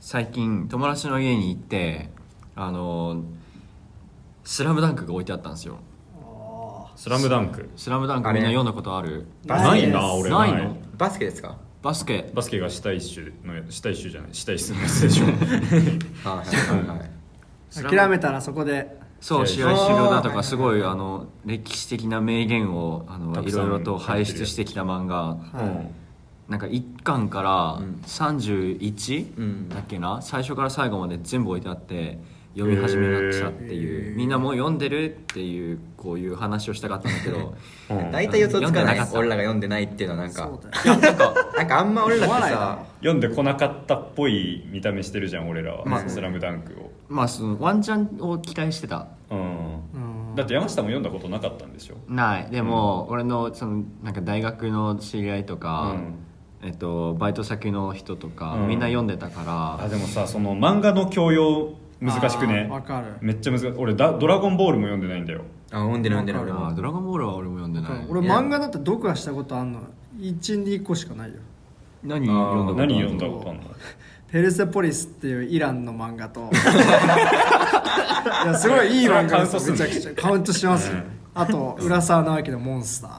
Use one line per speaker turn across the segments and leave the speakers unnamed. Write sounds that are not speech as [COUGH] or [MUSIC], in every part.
最近友達の家に行ってあの「スラムダンクが置いてあったんですよ
あ
スラムダンク
「スラムダンク
あ
み
れ
んな読んだことある
ー
な
で
い
す
な俺
ない
ない
の
バスケですか
バスケ
バスケが死体種のや死体種じゃない死体種のやつでしょ
はいはいはいはい
諦めたらそこで
そう試
試
合
合
終了だと
あー
かすごいあの歴史的な名言をあの
たく
い
さん
ろいろと輩出してきた漫画
はい
なんか1巻から
うんう
31?
ん
だっけな最初から最後まで全部置いてあって読み始めになっちゃってい
へ
う
ー
みんなもう読んでるっていうこういう話をしたかったんだけど
うん
大体予想つかな
読んでな
い
かった
俺らが読んでないっていうのはなん
そ
か
うだよ
なんか
なんかあんま俺らって
思わ
さ
[LAUGHS] 読んでこなかったっぽい見た目してるじゃん俺らは、
まあ
スラムダンク
まあそのワンチャンを期待してた
を、うん
うん
だって山下も読んだことなかったんでしょ
ないでも、俺のそのなんか大学の知り合いとか、
うん
えっと、バイト先の人とか、
うん
みんな読んでたから
あでもさその漫画の教養難しくね
あーわかる
めっちゃ難しい俺だ「ドラゴンボール」も読んでないんだよ
あ読んでない読んでない俺
あー
も
ドラゴンボールは俺も読んでない
俺
いや
漫画だって読破したことあんの12個しかないよ
何読んだことある
何読んだことあんの
ペルセポリスっていうイランの漫
[LAUGHS]
画といやすごいいい漫画
それはカウ
ですよめ
ントする
ちゃくちゃカウントしますよ
うん
あと浦沢直樹の「モンスター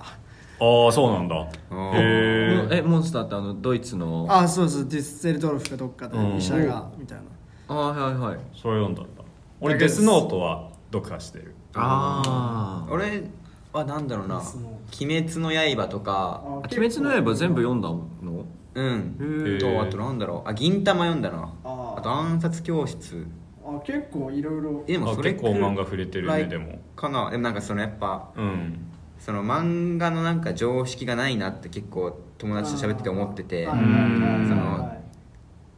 ああそうなんだ
ー
へ
えモンスターってあのドイツ」のあ
あそうそうデュッセルドルフかどっかで医者がみたいな
あーはいはい
それ読んだんだ俺
だけ
デ
ど
スノートは読破してる
ああ
俺はなんだろうな「
その
鬼滅の刃」とか
「鬼滅の刃」全部読んだの
う
へ
ん
ー
へー
とあとなんだろうあ銀魂読んだな
あー
あと暗殺教室
あ結構いろいろ
えでも
あ
それ
結構漫画触れてるねでも
かなでもなんかそのやっぱ
うん
その漫画のなんか常識がないなって結構友達と喋ってて思ってて
はい
ん
その
はい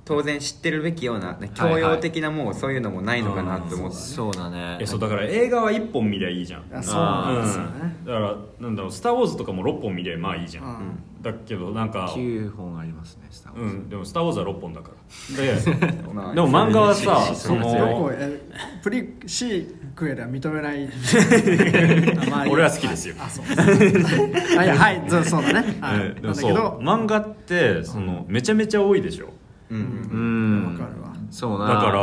当然知ってるべきような
は
教
いはい
養的なもうそういうのもないのかなと思って
そうだね
えそうだから映画は1本見りゃいいじゃん
いやそうなんですよね
うんだからなんだろう「スター・ウォーズ」とかも6本見りゃまあいいじゃん、
うん
だけどなんか
9本ありますねスター・ウ
う
ォーズ
んでも「スター・ウォーズ」は6本だ [LAUGHS] からで
まあ
でも漫画はさ
そ
そ
れ
どこ
の
えプリシークエルは認めないまあいいや
[LAUGHS] 俺は好きですよ
あそうはいはいそうそうだね、はい
うんでも
なんだ
そ
け
う
ど
漫画ってそのめちゃめちゃ多いでしょ
うんうん
うん
わかるわ
そう
だ
な
から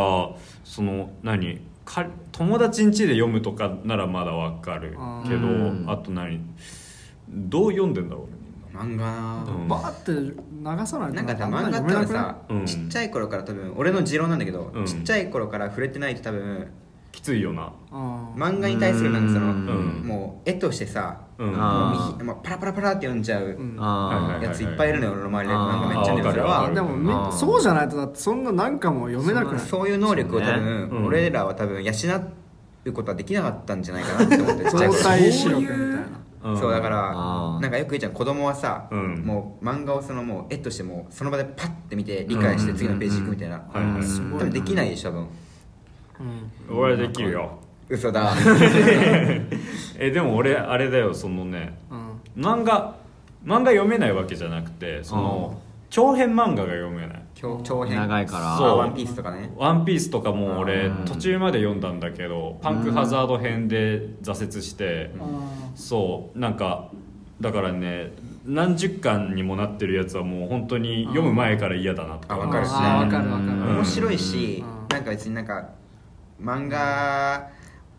その何か友達ん家で読むとかならまだわかる
あー
け
うん
どあと何どう読んでんだろうねみんな
漫画な
うん
バーって流さない
なん
と
かさ
あ
漫画
読
って
め
の
な
は
く
さ
うん
ちっちゃい頃から多分俺の持論なんだけど
うん
ちっちゃい頃から触れてないと多分
きついよな
ない
漫画に対するなんかその
うん
もう絵としてさ
うん
あ
もうみまあパラパラパラって読んじゃう
う
は
ん
い
あ
はい
やついっぱいいるのよ俺の周りでなんかめっちゃ
あー
ね
わか
それ
る
あ
わ
ー
は
か
でもみ
あー
そうじゃないとだってそんな何かも読めなくない
そういう能力を多
そう
分
ね
俺らは多分養うことはできなかったんじゃないかなって思
[LAUGHS]
ってちっちゃい
相
頃
対視力みたいな
うん
そうだから
あー
なんかよく言うじゃん子供はさ、
うん
もう漫画をそのもう絵としてもうその場でパッて見て理解して次のページ行くみたいな、
はいはい
多分できないでしょ多分
俺はできるよ [LAUGHS]
嘘だ
えでも俺あれだよそのね
うん
漫画漫画読めないわけじゃなくてその長編漫画が読めない
長長編
長いから
そう
あワンピースとかね
「ワンピースとかも俺
うん
途中まで読んだんだけどパンクハザード編で挫折してそうなんかだからね何十巻にもなってるやつはもう本当に読む前から嫌だなと
あ
か
わかるしね
あーわかるわか
う
る
ん
面白いし、
うん
なんか別になんか漫画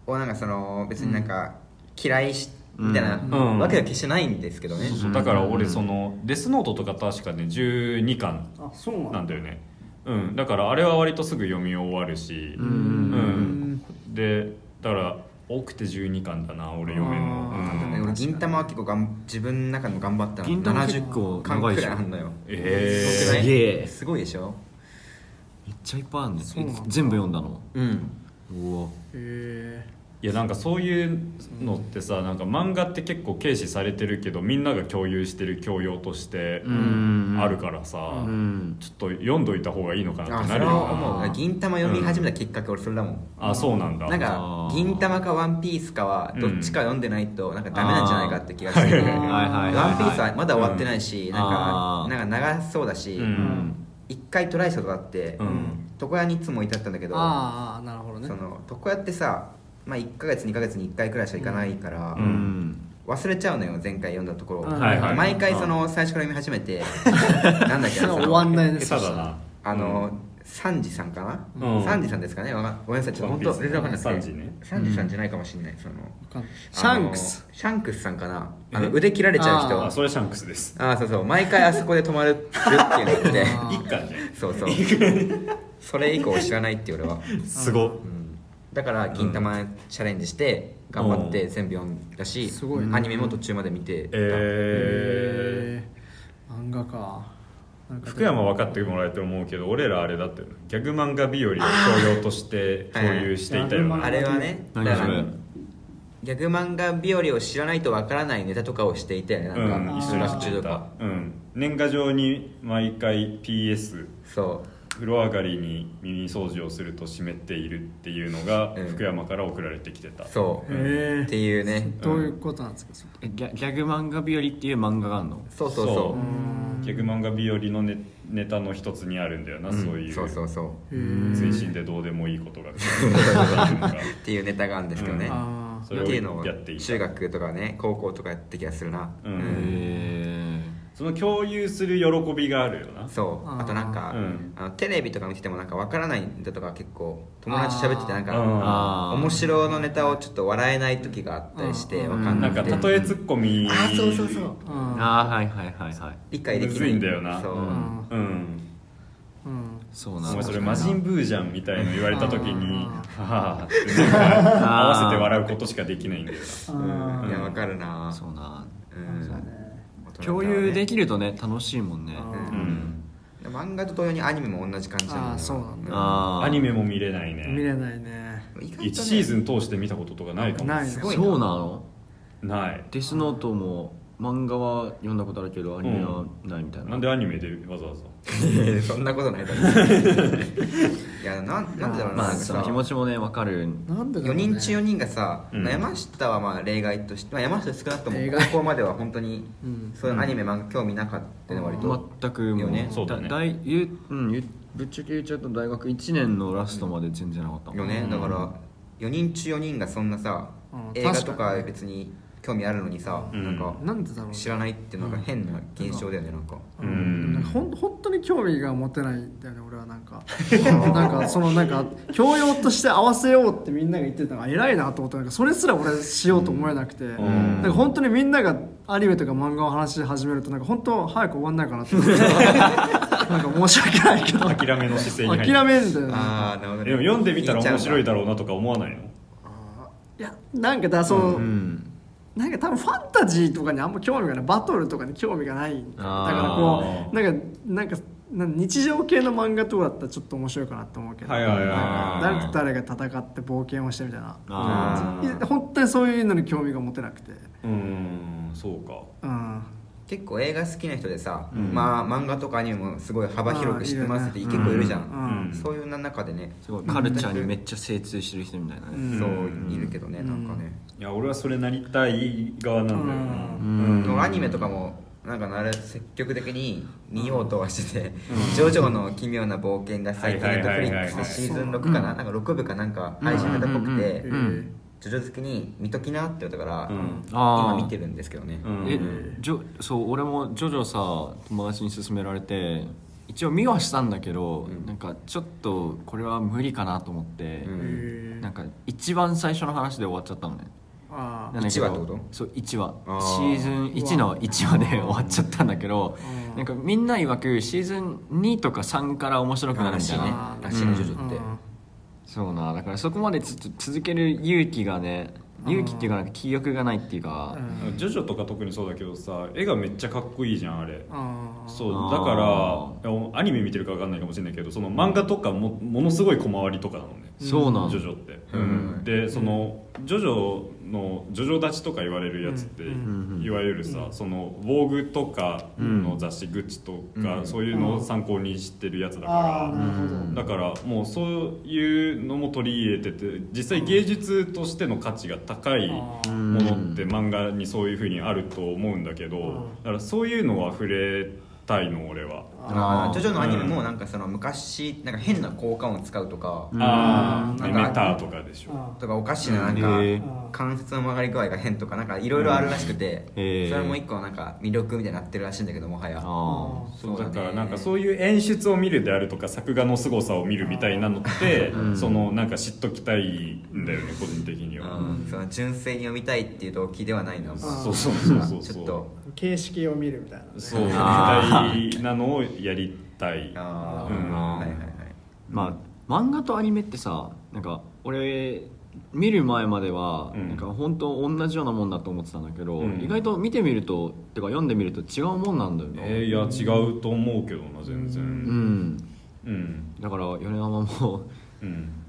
をなんかその別になんか嫌いし、みたいな、
うん
わけは決してないんですけどね、
そうだから俺そのデスノートとか確かね12巻
あそうな
なん
んだ
だよねうんだからあれは割とすぐ読み終わるし
う
うんんでだから多くて12巻だな俺読めんの
あ
うん
ー
俺銀魂は結構がん自分の中の頑張ったの
銀魂
70
結構
巻
長い
く
で
ら
しょ
いあんのよ
え
すげえ
すごいでしょ
めっちゃいっぱいあるね
そうなんだ
全部読んだの
うん
うわ
へ
いやなんかそういうのってさなんか漫画って結構軽視されてるけどみんなが共有してる教養として
ん
あるからさ、
うん
ちょっと読んどいた方がいいのかなっ
あ
て
そ
な
れ
る
は
よ
思う
な
だから銀魂読み始めたきっかけ俺それだもん
あそうなんだ
なん
あ
か
ー
銀魂かワンピースかはどっちか読んでないとなんかダメなんじゃないかって気がす
はいは
る
いはいはい
ワンピースはまだ終わってないし、
うん
な
あ
ん
ー
かなんか長そうだし、
うん
一回トライしたことあって、
うん
床屋にいつも置いてあったんだけ
え
ど、
あーあーなるほどね
その床屋ってさ、まあ、1か月2か月に1回くらいしか行かないから、
う
う
ん
忘れちゃうのよ前回読んだところ、
うん
はいはい
毎回その最初から読み始めて、なんだっけ
そ
な
[LAUGHS]
そ
[LAUGHS] れは
の
終わんない
下
です
手だな
あの、サンジさんかな、
うん
サンジさんですかねわかんごめんなさいちょっと本
ワン
当
ピー
全
ス
然わかんない
サンジね
サンジさんじゃないかもしれないその
シャンクス
あのシャンクスさんかな
え
あの腕切られちゃう人
あそれシャンクスです
ああそうそう毎回あそこで止まるっていうので
あー
一巻じゃん
そうそうそれ以降知らないって俺は、
すごっ
うんだから「銀玉」チャレンジして頑張って全部読んだし、
すごいね
アニメも途中まで見てた、
え
えー、漫画かなん
ー、
か
福山分かってもらえてると思うけど俺らあれだってギャグ漫画日和を教養として共有していたよう
はい
あ
な
れはねだ
何
か
それ
らギャグ漫画日和を知らないとわからないネタとかをしていてなんか、
うん、一緒にして
と
いた
か、
うん、年賀状に毎回 PS
そ
風呂上がりに耳掃除をすると湿っているっていうのが
うん
福山から送られてきてた、
うそう、
え
っていうね
ー、どういうことなんですかそれ
えギャギャグ漫画日和っていう漫画があるの
そうそうそう
そう
ーん
ギャグ漫画日和のネネタの一つにあるんだよな、
うん
そういう
そうそうそう
へー
追伸でどうでもいいこと
[LAUGHS]
がう
っていうネタがあるんですけどね、
うん
あ
それを
っていうのを
やっていた
中学とかね高校とかやって気がするな、
うん
へ
んその共有する喜びがあるよな
そう
あー
あとなんか、
うん
あのテレビとか見ててもなんかわからないネタとか結構友達と喋っててなん
あ
か
あー
面白のネタをちょっと笑えない時があったりして
うん
わかん
な
なんく
か
て
たとえツッコミ
あーそうそうそう
ーあ
ああはいはいはいはい
理解で
む
きな
ず
い
いんだよな
そう、
うん
うん
うん
そう
お
なんだ
前それ魔人ブーじゃんみたいの言われた時に「
あ
はあ」ってなんか合わせて笑うことしかできないんだよ
あ
うんいや
ー
わかるな
そうなん
うん
そうだ
大人だから
ね
ね
共有できるとね楽しいもんね
あ
な、
ー
うん、
漫画と同様にアニメも同じ感じだもん
あーそうなんだ
ああ
アニメも見れない
見
ね
れないね
意外とね
1シーズン通して見たこととかないかも
ないね
すごいな
そうなの
ない
デスノートも漫画は読んだことあるけどアニメはないみたいな、
なんでアニメでわざわざ
[LAUGHS] [LAUGHS] そんなことないだろういやなんなんでだろう
ま
な
あ
なんか
そ
さ
の気持ちもね分かる
なんでだろ
4
うね
人中4人がさ、
うん
まあ山下はまあ例外として、まあ、山下少なくとも
例外
高校までは本当に
うん
そういうアニメ漫画興味なかったの割と、
全くも
よね
そうだね
大ゆうんゆぶっちゃけ言っちゃうと大学1年のラストまで全然なかったもん
よねだから4人中4人がそんなさ、
うん
映画と
確か
か
に
別に興味あるのにさ、
うん
なんか
なんでだろうね
知らないっていうのが変な現象だよねなんか
うん
なんかほん本当に興味が持てないんだよね俺はなんかなんかそのなんか教養として合わせようってみんなが言ってたのが偉いなと思ってなんかそれすら俺しようと思えなくて、
ん
なんか本当にみんながアニメとか漫画を話し始めるとなんか本当早く終わんないかなって思ってなんか申し訳ないけど
諦めの姿勢に入って
諦めんだよね
ああなるほどね
でも読んでみたら面白い
だ
だろうなとか思わないの
いやなんかだそう、
うん
なんか多分ファンタジーとかにあんま興味がないバトルとかに興味がないんだよだからこ
あ
うなんかなんかなんか日常系の漫画とかだったらちょっと面白いかなと思うけど、
はいはいはいはい
なんか誰と誰が戦って冒険をしてみたいな
あ
いや本当にそういうのに興味が持てなくて
うんそうか
うん
結構映画好きな人でさ、まあ漫画とかアニメもすごい幅広く知ってますって
あーい
結構いるじゃん、
うん
うん
そういう中でね
すごいカルチャーにめっちゃ精通してる人みたいなね、
ん
そういるけどね、なんかね、
いや俺はそれなりたい側なんだよな
う
う
ん
アニメとかもなんかなる積極的に見ようとはしてて「ジョジョの奇妙な冒険」が最近
は
ネ
い
ット
はいは
フリ
いはい
ックスでシーズン6かななんか6部かなんか配信されたっぽく
え
て
ー
うん
「ジョジョ好きに見ときな」って言ったから
うん
今見てるんですけどね
うん
えジョそう俺もジョジョさ友達に勧められて一応見はしたんだけど、
ん
なんかちょっとこれは無理かなと思って、
うん
へ
なんか一番最初の話で終わっちゃったのね
あ
なんだけど
一話ってこと
そう1話
あー
シーズン1の1話で [LAUGHS] 終わっちゃったんだけど
うん
なんかみんな曰くシーズン2とか3から面白くなるみたい
ね
な
あー
らしいねジョジ
あ
ョって
そうなだからそこまでずっと続ける勇気がね勇気っていうかなんか気力がないっていうか
うん
ジョジョとか特にそうだけどさ絵がめっちゃかっこいいじゃんあれ
あー
そう
あ
だ
ー
からいやアニメ見てるか分かんないかもしれないけどその漫画とかもものすごい小回りとかなのね
そうなん
ジョジョって、
うん
でそのジョジョのジョジョ立ちとか言われるやつって、
うん
うん
いわゆるさ、その「防具」とかの雑誌「グッチ」とか、
うん
そういうのを参考にしてるやつだ
あー
か
なるほど、
う
ら、だからもうそういうのも取り入れてて実際芸術としての価値が高いも
あー
うん
のって漫画にそういうふうにあると思うんだけど、
うん
だからそういうのは触れたいの俺は。
あージョジョのアニメ
う
も
ん
なんかその昔なんか変な効果音使うとか
うん
ああ
な
メ
んか
メターとかでしょ
あ
とかおかしななんか
へー
ーあ
関節の曲がり具合が変とかなんかいろいろあるらしくて、
うんへー
それも一個なんか魅力みたいになってるらしいんだけどもはや
あ
そうだからなんか
う
そういう演出を見るであるとか作画の凄さを見るみたいなのって、そのなんか知っときたいんだよね個人的に
だ
は、
ねうんその純粋に読みたいっていう動機ではないな
そうそうそうそう
ち
そ
ょっ
う
と
形式を見るみたいなね
そうみ
あ
たいなのをやりたい
ああ、
うん
はいはいはい
[LAUGHS]
まあ漫画とアニメってさなんか俺見る前までは、
うん
なんか本当同じようなもんだと思ってたんだけど、
うん
意外と見てみるとてか読んでみると違うもんなんだよね、
えーいや違うと思うけどな全然
う
うん
ん
うん、
だから米山も [LAUGHS]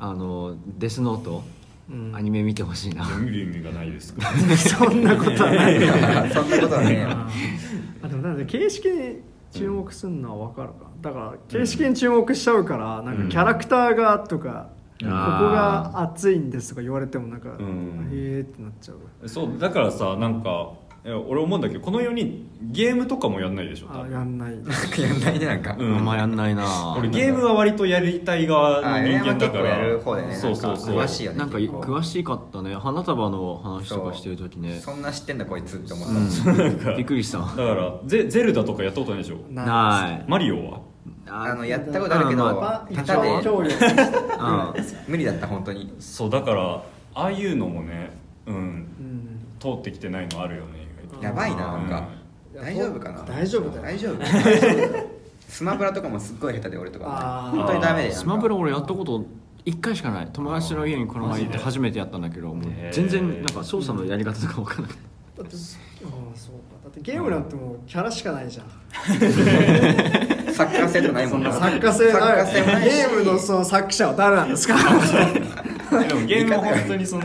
あのデスノート、
うん
アニメ見てほしいな
見る意味がないですか
そんなことはないよ
そんなことはねえよ
あーあでもなんで形式に注目するのは分かるかだから形式に注目しちゃうから、なんかキャラクターがとか、
うん
ここが熱いんですとか言われてもなんか、
ん
へえってなっちゃう
そうだからさなんかいや俺思うんだけどこの4人ゲームとかもやんないでしょ多
あ
分
やんない
[LAUGHS] やんないねなんか、
うん
あんまやんないな
俺ゲームは割とやりたい側
あ
の
米
人間だ
山結
か
構
ら
やる方でね
そうそうそう
なんか詳しいよね
なんか
結構
詳しかったね花束の話とかしてる時ね
そんな知ってんだこいつって思った、
びっくりした
[LAUGHS]
だからゼゼルダとかやったことないでしょ
ない
マリオは
あのやったことあるけど、
あ
まあ一
ただ
応
で
供与
あ
無理だった本当に
そうだからああいうのもねうん
うん
通ってきてないのあるよね意外と
やばいななんか、
うん
大丈夫かな
大丈夫だよ
大丈夫大丈夫
[LAUGHS]
スマブラとかもすっごい下手で俺とか
あー
本当にダメで
スマブラ
なんか
俺やったこと1回しかない友達の家にこの前行って初めてやったんだけどもう全然なんか操作のやり方とか分かんなくて
だってあーそうかだってゲームなんてもうキャラしかないじゃん
作家性とかないもんな
作家性
作
ない
家性もないし
ゲームのその作者は誰なんですか
でもゲームは本当にその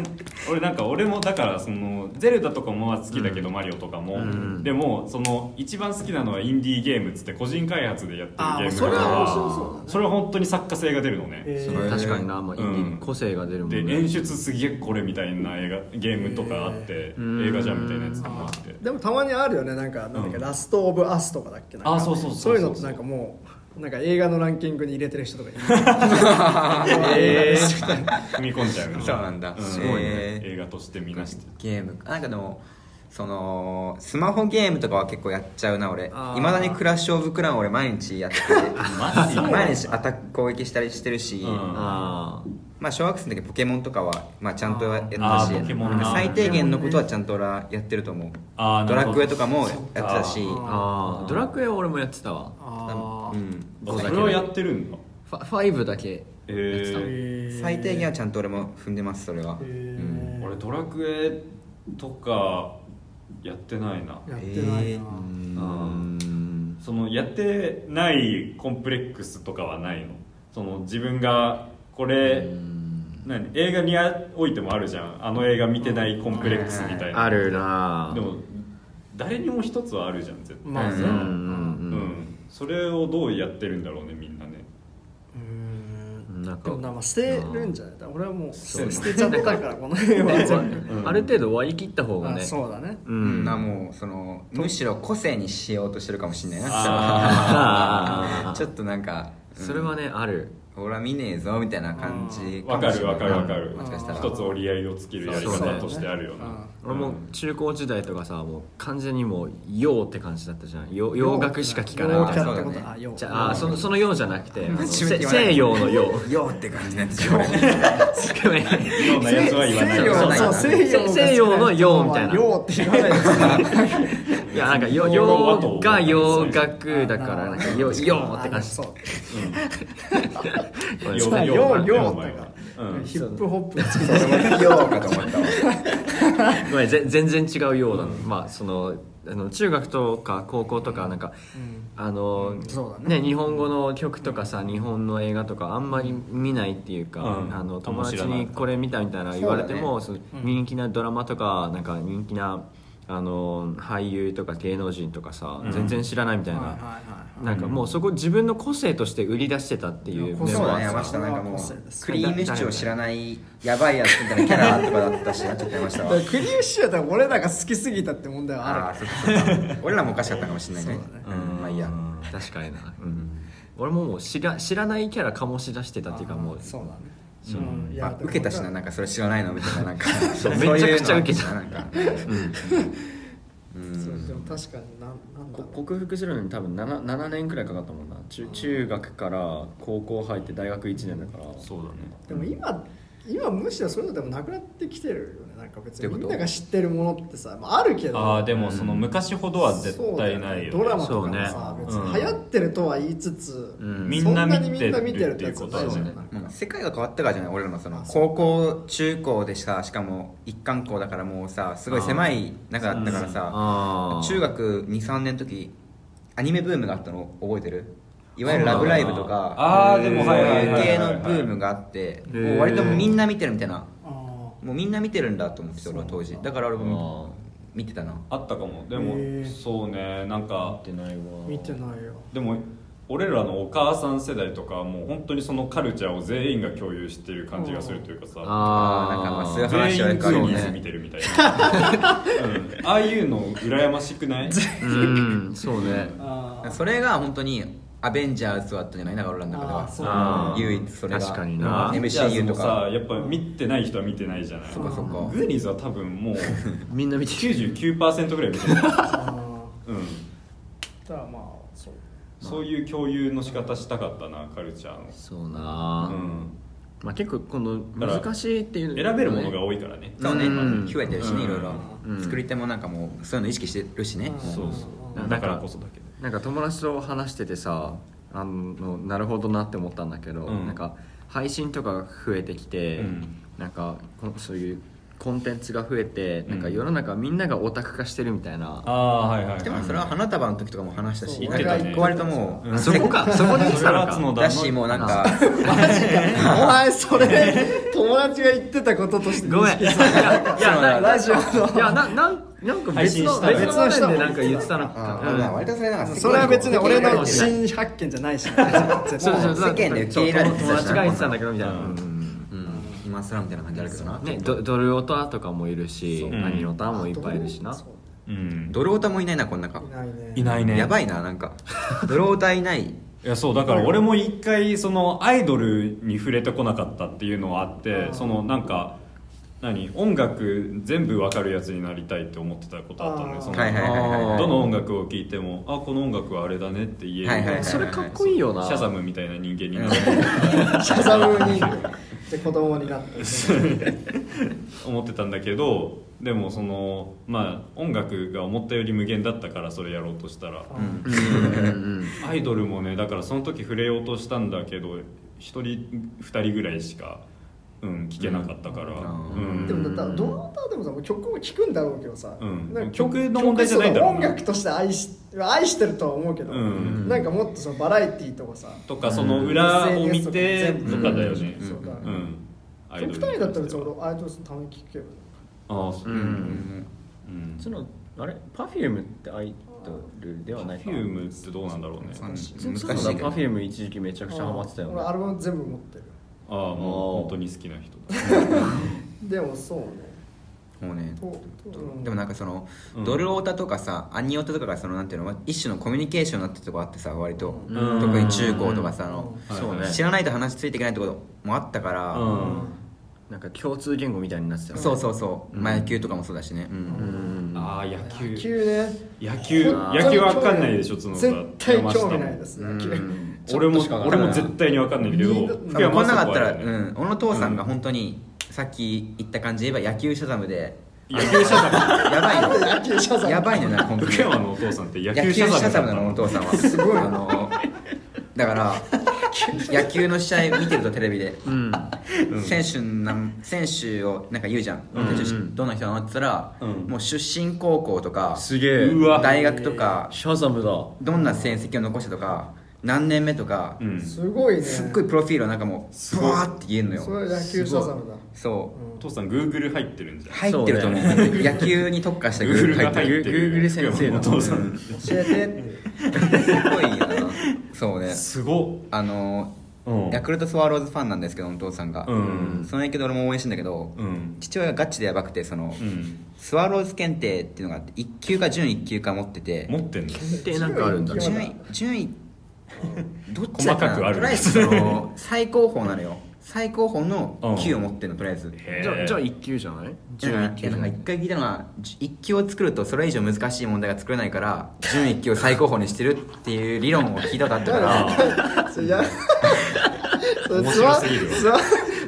俺なんか俺もだからそのゼルダとかも好きだけど、マリオとかも、
ん
でもその一番好きなのはインディーゲームっつって個人開発でやってる
あ
ゲーム
ーそれ
とか
は面白そうだね
それは本当に作家性が出るのね、
え
へー
確かにな、まあ、インディー
うん
個性が出るもん
で
ね
演出すげえこれみたいな映画ゲームとかあって、
ー
映画じゃんみたいなやつとかあって
でもたまにあるよねなんかなんだっけ、
うん
ラスト・オブ・アスとかだっけなんか
あそうそうそうそう
そういうのってなんかもうなんか映画のランキングに入れてる人とかいる映画ですみたいな
踏み込んじゃうの
そうなんだ
すごいね
へー
映画として見な
[LAUGHS]
して
ゲームなんかでもそのスマホゲームとかは結構やっちゃうな俺い
あー
まだにクラッシュ・オブ・クラウン俺毎日
[LAUGHS]
やってて
マジ
毎日アタック攻撃したりしてるし、
うん
あ
まあ、小学生の時ポケモンとかは、まあ、ちゃんとやったし
あーポケモンな
最低限のことはちゃんと俺はやってると思う
あー
ド
なる
ラ
ほど
クエとかもやってたし
ーあードラクエは俺もやってたわ
[LAUGHS] あ
う
ー
ん
あそれはやってるんだ
ファ5だけ
えー、
へー
最低限はちゃんと俺も踏んでますそれは
へー
俺ドラクエとかやってないな
やってないな、
うん
そのやってないコンプレックスとかはないのその自分がこれ何映画においてもあるじゃんあの映画見てないコンプレックスみたいな
あるな
でも誰にも一つはあるじゃん絶対
ま
う
あそ
ん
う
うんう
うん、
ん
それをどうやってるんだろうねみんなね
うん
うんなん
で
か
もなまあ捨てるんじゃないだから俺はもう捨
う
て捨てちゃったからこの辺は全部
うん
ある程度割り切った方が
あ
ね
そうだね
う
うん、
ん
なもうそのむしろ個性にしようとしてるかもしれない
あ
な
ー
[LAUGHS] ちょっとなんか、うん
それはねある
俺は見ねえぞみたいな感じ
わかるわかるわかる
もしかしたら
一つ折り合いをつけるやり方としてあるよな
俺も中高時代とかさもう完全にもう「よう」って感じだったじゃんよ洋楽しか聴かないみたい
洋
な
楽
ようかってこと
そうだね
あよう
じゃあそのその「よう」じゃなくてあの
初
せ
めて言わない
西洋の「よう」
よって感じになってしまう
ごめん
ようなやつは言わない
西洋
そう
そう西洋が好きな
西洋の洋みたいな
人は洋って言わないです
いやなんかよ
洋楽は
洋
と思う
が洋楽だからなんか「よう」ようって感じ
そう
ごめん
よ
よ
うよ
うよう
う
ようだから、
うん
ヒップホ
[LAUGHS]
ップ
それもよかと思ったわ
ごめんぜ全然違うようなの、まあそのあの中学とか高校とかなんか、あの、
そうだ
ね日本語の曲とかさ日本の映画とかあんまり見ないっていうか、
うん
あの
あん
友
ま知
達
らない
にこれ見たみたいな言われても、その人気なドラマとかなんか人気なあの俳優とか芸能人とかさ、
うん
全然知らないみたいな、
はいはいはい
なんかもうそこ自分の個性として売り出してたっていう面も
個性
そうだね
あっ
山
た
下なんかもう
個性です
クリームシチューを知らないやばいやつみたいなキャラとかだったしなっちょっと山下
だ
は
からクリームシチューだったら俺らが好きすぎたって問題はある
あ
か
あそっかそっか俺らもおかしかったかもしれないねうんまあいいや
確かにな、うん、俺ももう知ら知らないキャラ醸し出してたっていうかもう
らそうだねそうんいや
あ
でも
受けたしななんかそれ知らないのみたいななんか
そう
いの
めちゃくちゃ受けた
なんかうんう
そうんでも確かになんなんだ
こ
ろう
克服するのに多分 7, 7年くらいかかったもんな中中学から高校入って大学1年だから
そうだね
でも今今むしろそういうのでもなくなってきてるよねなんか別
ど
に
ういう
み
こと
んなが知ってるものってさ、まあ、あるけど
ああでもその昔ほどは絶対ないよ、ね
そうだよねドラマとかも
そ
さ、
うね
別に
うん
流行ってるとは言いつつ、
うん
みんな見
そにみんな見てるってやつはないじゃん
てるっていうことだよね
なん
なん
か
か世界が変わったからじゃない俺らのその
あそう
高校中高でさしかも一貫校だからもうさすごい狭い中だったからさ
あー
中学23年の時アニメブームがあったの覚えてるいわゆる「ラブライブ!」とか
ああで
そ
も
う
はいはい
い
は
う
い
系
はい
のブームがあって
へー
もう割とみんな見てるみたいな
あ
もうみんな見てるんだと思ってて俺は当時だから俺も見てたな
あったかもで
へ
も
ー
そうねなんか
見てないわ
ー見てないよ
でも俺らのお母さん世代とかはもう本当にそのカルチャーを全員が共有してる感じがするというかさ
あ
あーなんかまあそういう
全
話は
員
よ
グ
くある
ー
よ
ニーズ見
ね
てるみたいな、 [LAUGHS] うんああいうの羨ましく [LAUGHS] ない
うんそうね
あー
それが本当にアベンジャーズはあったじゃないだから俺らの中で
あ
は
ーそう
あー
唯一それが
確かに
でも
な
アベンジャーズ
MCU
も
と
さ
か
やっぱ見てない人は見てないじゃない
そっかそっ
か
グーニーズは多分もう
[LAUGHS] みんな見てる
99%ぐらい見てる、 [LAUGHS]
あ
うん、
ーただまあそう
そういう共有の仕方したかったなカルチャーの
そうな、まあ結構この難しいっていう
う
の
ん、
ね
選べるものが多いからね
そうね
うん
増えてるし
う
ね
ん
いろいろ
うん
作り手もなんかもうそういうの意識してるしね
うん
そうそうだからこそだけど
なんか友達と話しててさあのなるほどなって思ったんだけど、
うん
なんか配信とかが増えてきて、
うん
なんかこそういうコンテンツが増えて、なんか
うん
世の中みんながオタク化してるみたいな、
ああーはいはい、はい、
でもそれは花束の時とかも話した
そ
し
う
なん
言
か
ってたね
一個割とも
う
うん
そこかそこで見て
そ
た
れ
の
は
か
角田の
だしもうなんか [LAUGHS]
お前それ友達が言ってたこととして
ごめんいやい
そうな
や
ん
ラ
ラ
ジ
ジオの
オいやななんなんか
配
別
信
の
したら
別の人
別の人
で
も
なんか言ってたの
あ
か
ーまあ割とそれなんか
それは別に俺の
世間
新発見じゃないし
そうそうそう
世間で受け入れられてた
そう友達が言ってたんだけどみたいな、
うん
うん
うん今更みたいな感じあるけどな
ね、ドドルオタとかもいるし
う
何オタもいっぱいいるしな
そう
うん
ドルオタもいないなこの中
いないね
いないね
やばいななんかドルオタいない
いやそうだから俺も一回そのアイドルに触れてこなかったっていうのはあって
うん
そのなんか何音楽全部わかるやつになりたいって思ってたことあったん
あ
で
ー
その、
はいはいはいはいはい
どの音楽を聴いてもあこの音楽はあれだねって言える、
はいはいはい
それかっこいいよな
シャザムみたいな人間になる
シャザムにで子供になって
[LAUGHS] 思ってたんだけどでもそのまあ音楽が思ったより無限だったからそれやろうとしたら
うん
アイドルもねだからその時触れようとしたんだけど1人2人ぐらいしか、うん、聞けなかったから、う
うん
ん
でもだったらどの歌でもさもう曲も聴くんだろうけどさ、
うん
なんか
曲の問題じゃないんだろうな
曲その音楽として愛し愛してるとは思うけど、
うん
なんかもっとそのバラエティーとかさ
とかその裏を見て
SNS
とかだよね
うんそうだね
うんアイド
極
ル
端にだったらちょ
ど
うどアイドルのために聴けば
ああそうう、
ん
うん、
そのあれパフュームってアイドルではないか
フュームってどうなんだろうね
難し
そ
いうけど
だパフューム一時期めちゃくちゃハマってたよ
俺ア
ね
ルバム全部持ってる
ああもう本当に好きな人だ
でもそうね
もうね
と、うん
でもなんかその、
うん
ドルオタとかさアニオタとかがそのなんていうの一種のコミュニケーションになってるとこあってさ割と、
うん
特に中高とかさ、あの
うんそうね
知らないと話ついていけないってこともあったから、
なんか共通言語みたいになってたよね
そうそうそう、まあ野球とかもそうだしね、うん
うん
ああ野球
野球ね
野球
本当に
野球わかんないでしょ角田
絶対興味ないです野球
俺も
ちょっとしかわか
俺
らない
も絶対にわかんないけど
みんな
福
多分
山
こ
雅
んな
子
か
は
ったら、
ね
うん、俺の父さんが本当にさっき言った感じで言えば野球シャザムで
野球シャザ
やばい [LAUGHS] の
野球謝罪
やばいのよな本当
ム [LAUGHS]
に
福山のお父さんって野
野
球
球
シ
シ
ャザムだったの
ャザムなのお父さんはすごいあのだから野球の試合見てるとテレビで、
うん
選手なん選手をなんか言うじゃん、選手どんな人なのって言ったら、
うん
もう出身高校とか
すげえ
うわ
大学とか
シャザムだ
どんな成績を残したとか何年目とか、
うん
すごいね
すっごいプロフィールをなんかもう
ごい
ブワーって言えるの
それ
よ
は野球謝罪だ
そ
お父さんグーグル入ってるんじゃ
うん入ってると思う
そ
野球に特化した
グーグルが
って
入ってる
Google 先生の
お父さん
教えてって
るすごいよなそ
[LAUGHS]
うね
すご
あの
っうん
ヤクルトスワローズファンなんですけどお父さんが、
うん
その影響で俺も応援してんだけど、
うん
父親がガチでやばくてその、
うん
スワローズ検定っていうのがあって1級か準1級か持ってて
持ってんの
ってなんかあるんだ
強
順
い
位順位どっちだっ
[LAUGHS]
た
細かくある
とりあえずその最高峰なのよ最高峰の級を持ってんのとりあえず
へー
じゃあじゃあ1級じゃない
うん
11級じゃ
なん
な
か
い
一回聞いたのは一級を作るとそれ以上難しい問題が作れないから準一級を最高峰にしてるっていう理論を聞いたことあった
[LAUGHS]
から
それやそれ
面
スワ
白すぎるわ
スワ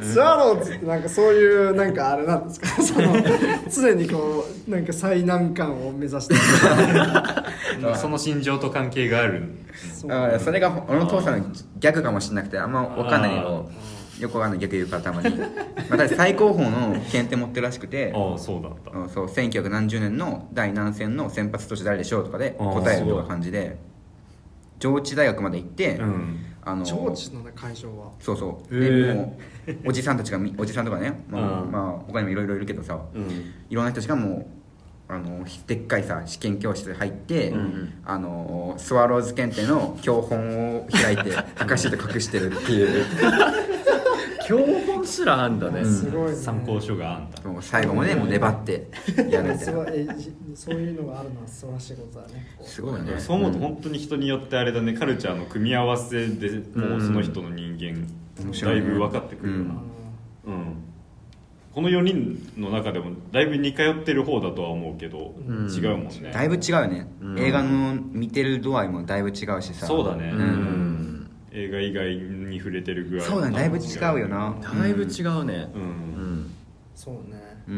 スワローズってなんかそういうなんかあれなんですか [LAUGHS] その常にこうなんか最難関を目指
[LAUGHS]
してる
その心情と関係があるんです
そう
だからそれが俺の父さんの逆かもしれなくてあんま分かんないけどよくわかんない逆言うからたまに、まあ、ただ最高峰の検定持ってるらしくて
ああそうだった
うんそう1900何十年の第何戦の先発投手誰でしょうとかで
あー
答えるとか感じで上智大学まで行って、
うん
あの
上智のね会場は
そうそう、
へ
で
ー
もうおじさんたちがみおじさんとかね、まあ
うん
まあ、他にもいろいろいるけどさ、
うん
いろんな人たちがもうあのでっかいさ試験教室入って、
うん
あのスワローズ検定の教本を開
[LAUGHS]
いて証と隠してるっていう
教本すらあんだね、
すごいね
参考書があんだ
もう最後もねもう粘ってやるみた
[LAUGHS]
す
いな
ごいえじそういうのがあるのは素晴らしいことだね
すごいね
そう思うと本当に人によってあれだねカルチャーの組み合わせでもうその人の人間
面白
だ
い
い
ね
ぶ分かってくるよ
う
な
あ
うんこの4人の中でもだいぶ似通ってる方だとは思うけど
ん
違うもん
だ
ね
いぶ違うよね、
うん
映画の見てる度合いもだいぶ違うしさ
そうだね
う
うん
ん
映画以外に触れてる具合
そうだねだいぶ違うよな
だいぶ違うね
う
うんん、
そうね
うん、